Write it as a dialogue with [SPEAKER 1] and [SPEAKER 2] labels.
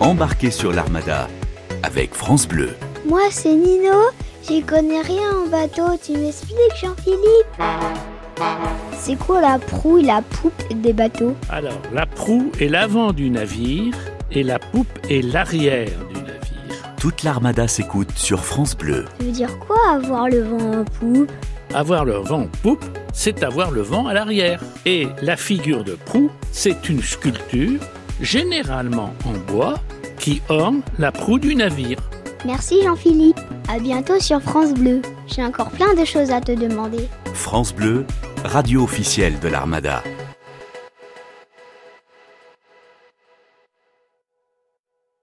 [SPEAKER 1] Embarquez sur l'Armada avec France Bleu.
[SPEAKER 2] Moi, c'est Nino. J'y connais rien en bateau. Tu m'expliques, Jean-Philippe C'est quoi la proue et la poupe des bateaux
[SPEAKER 3] Alors, la proue est l'avant du navire et la poupe est l'arrière du navire.
[SPEAKER 1] Toute l'Armada s'écoute sur France Bleu.
[SPEAKER 2] Ça veut dire quoi avoir le vent en poupe
[SPEAKER 3] Avoir le vent en poupe, c'est avoir le vent à l'arrière. Et la figure de proue, c'est une sculpture, généralement en bois, qui orne la proue du navire.
[SPEAKER 2] Merci, Jean-Philippe. À bientôt sur France Bleu. J'ai encore plein de choses à te demander.
[SPEAKER 1] France Bleu, radio officielle de l'Armada.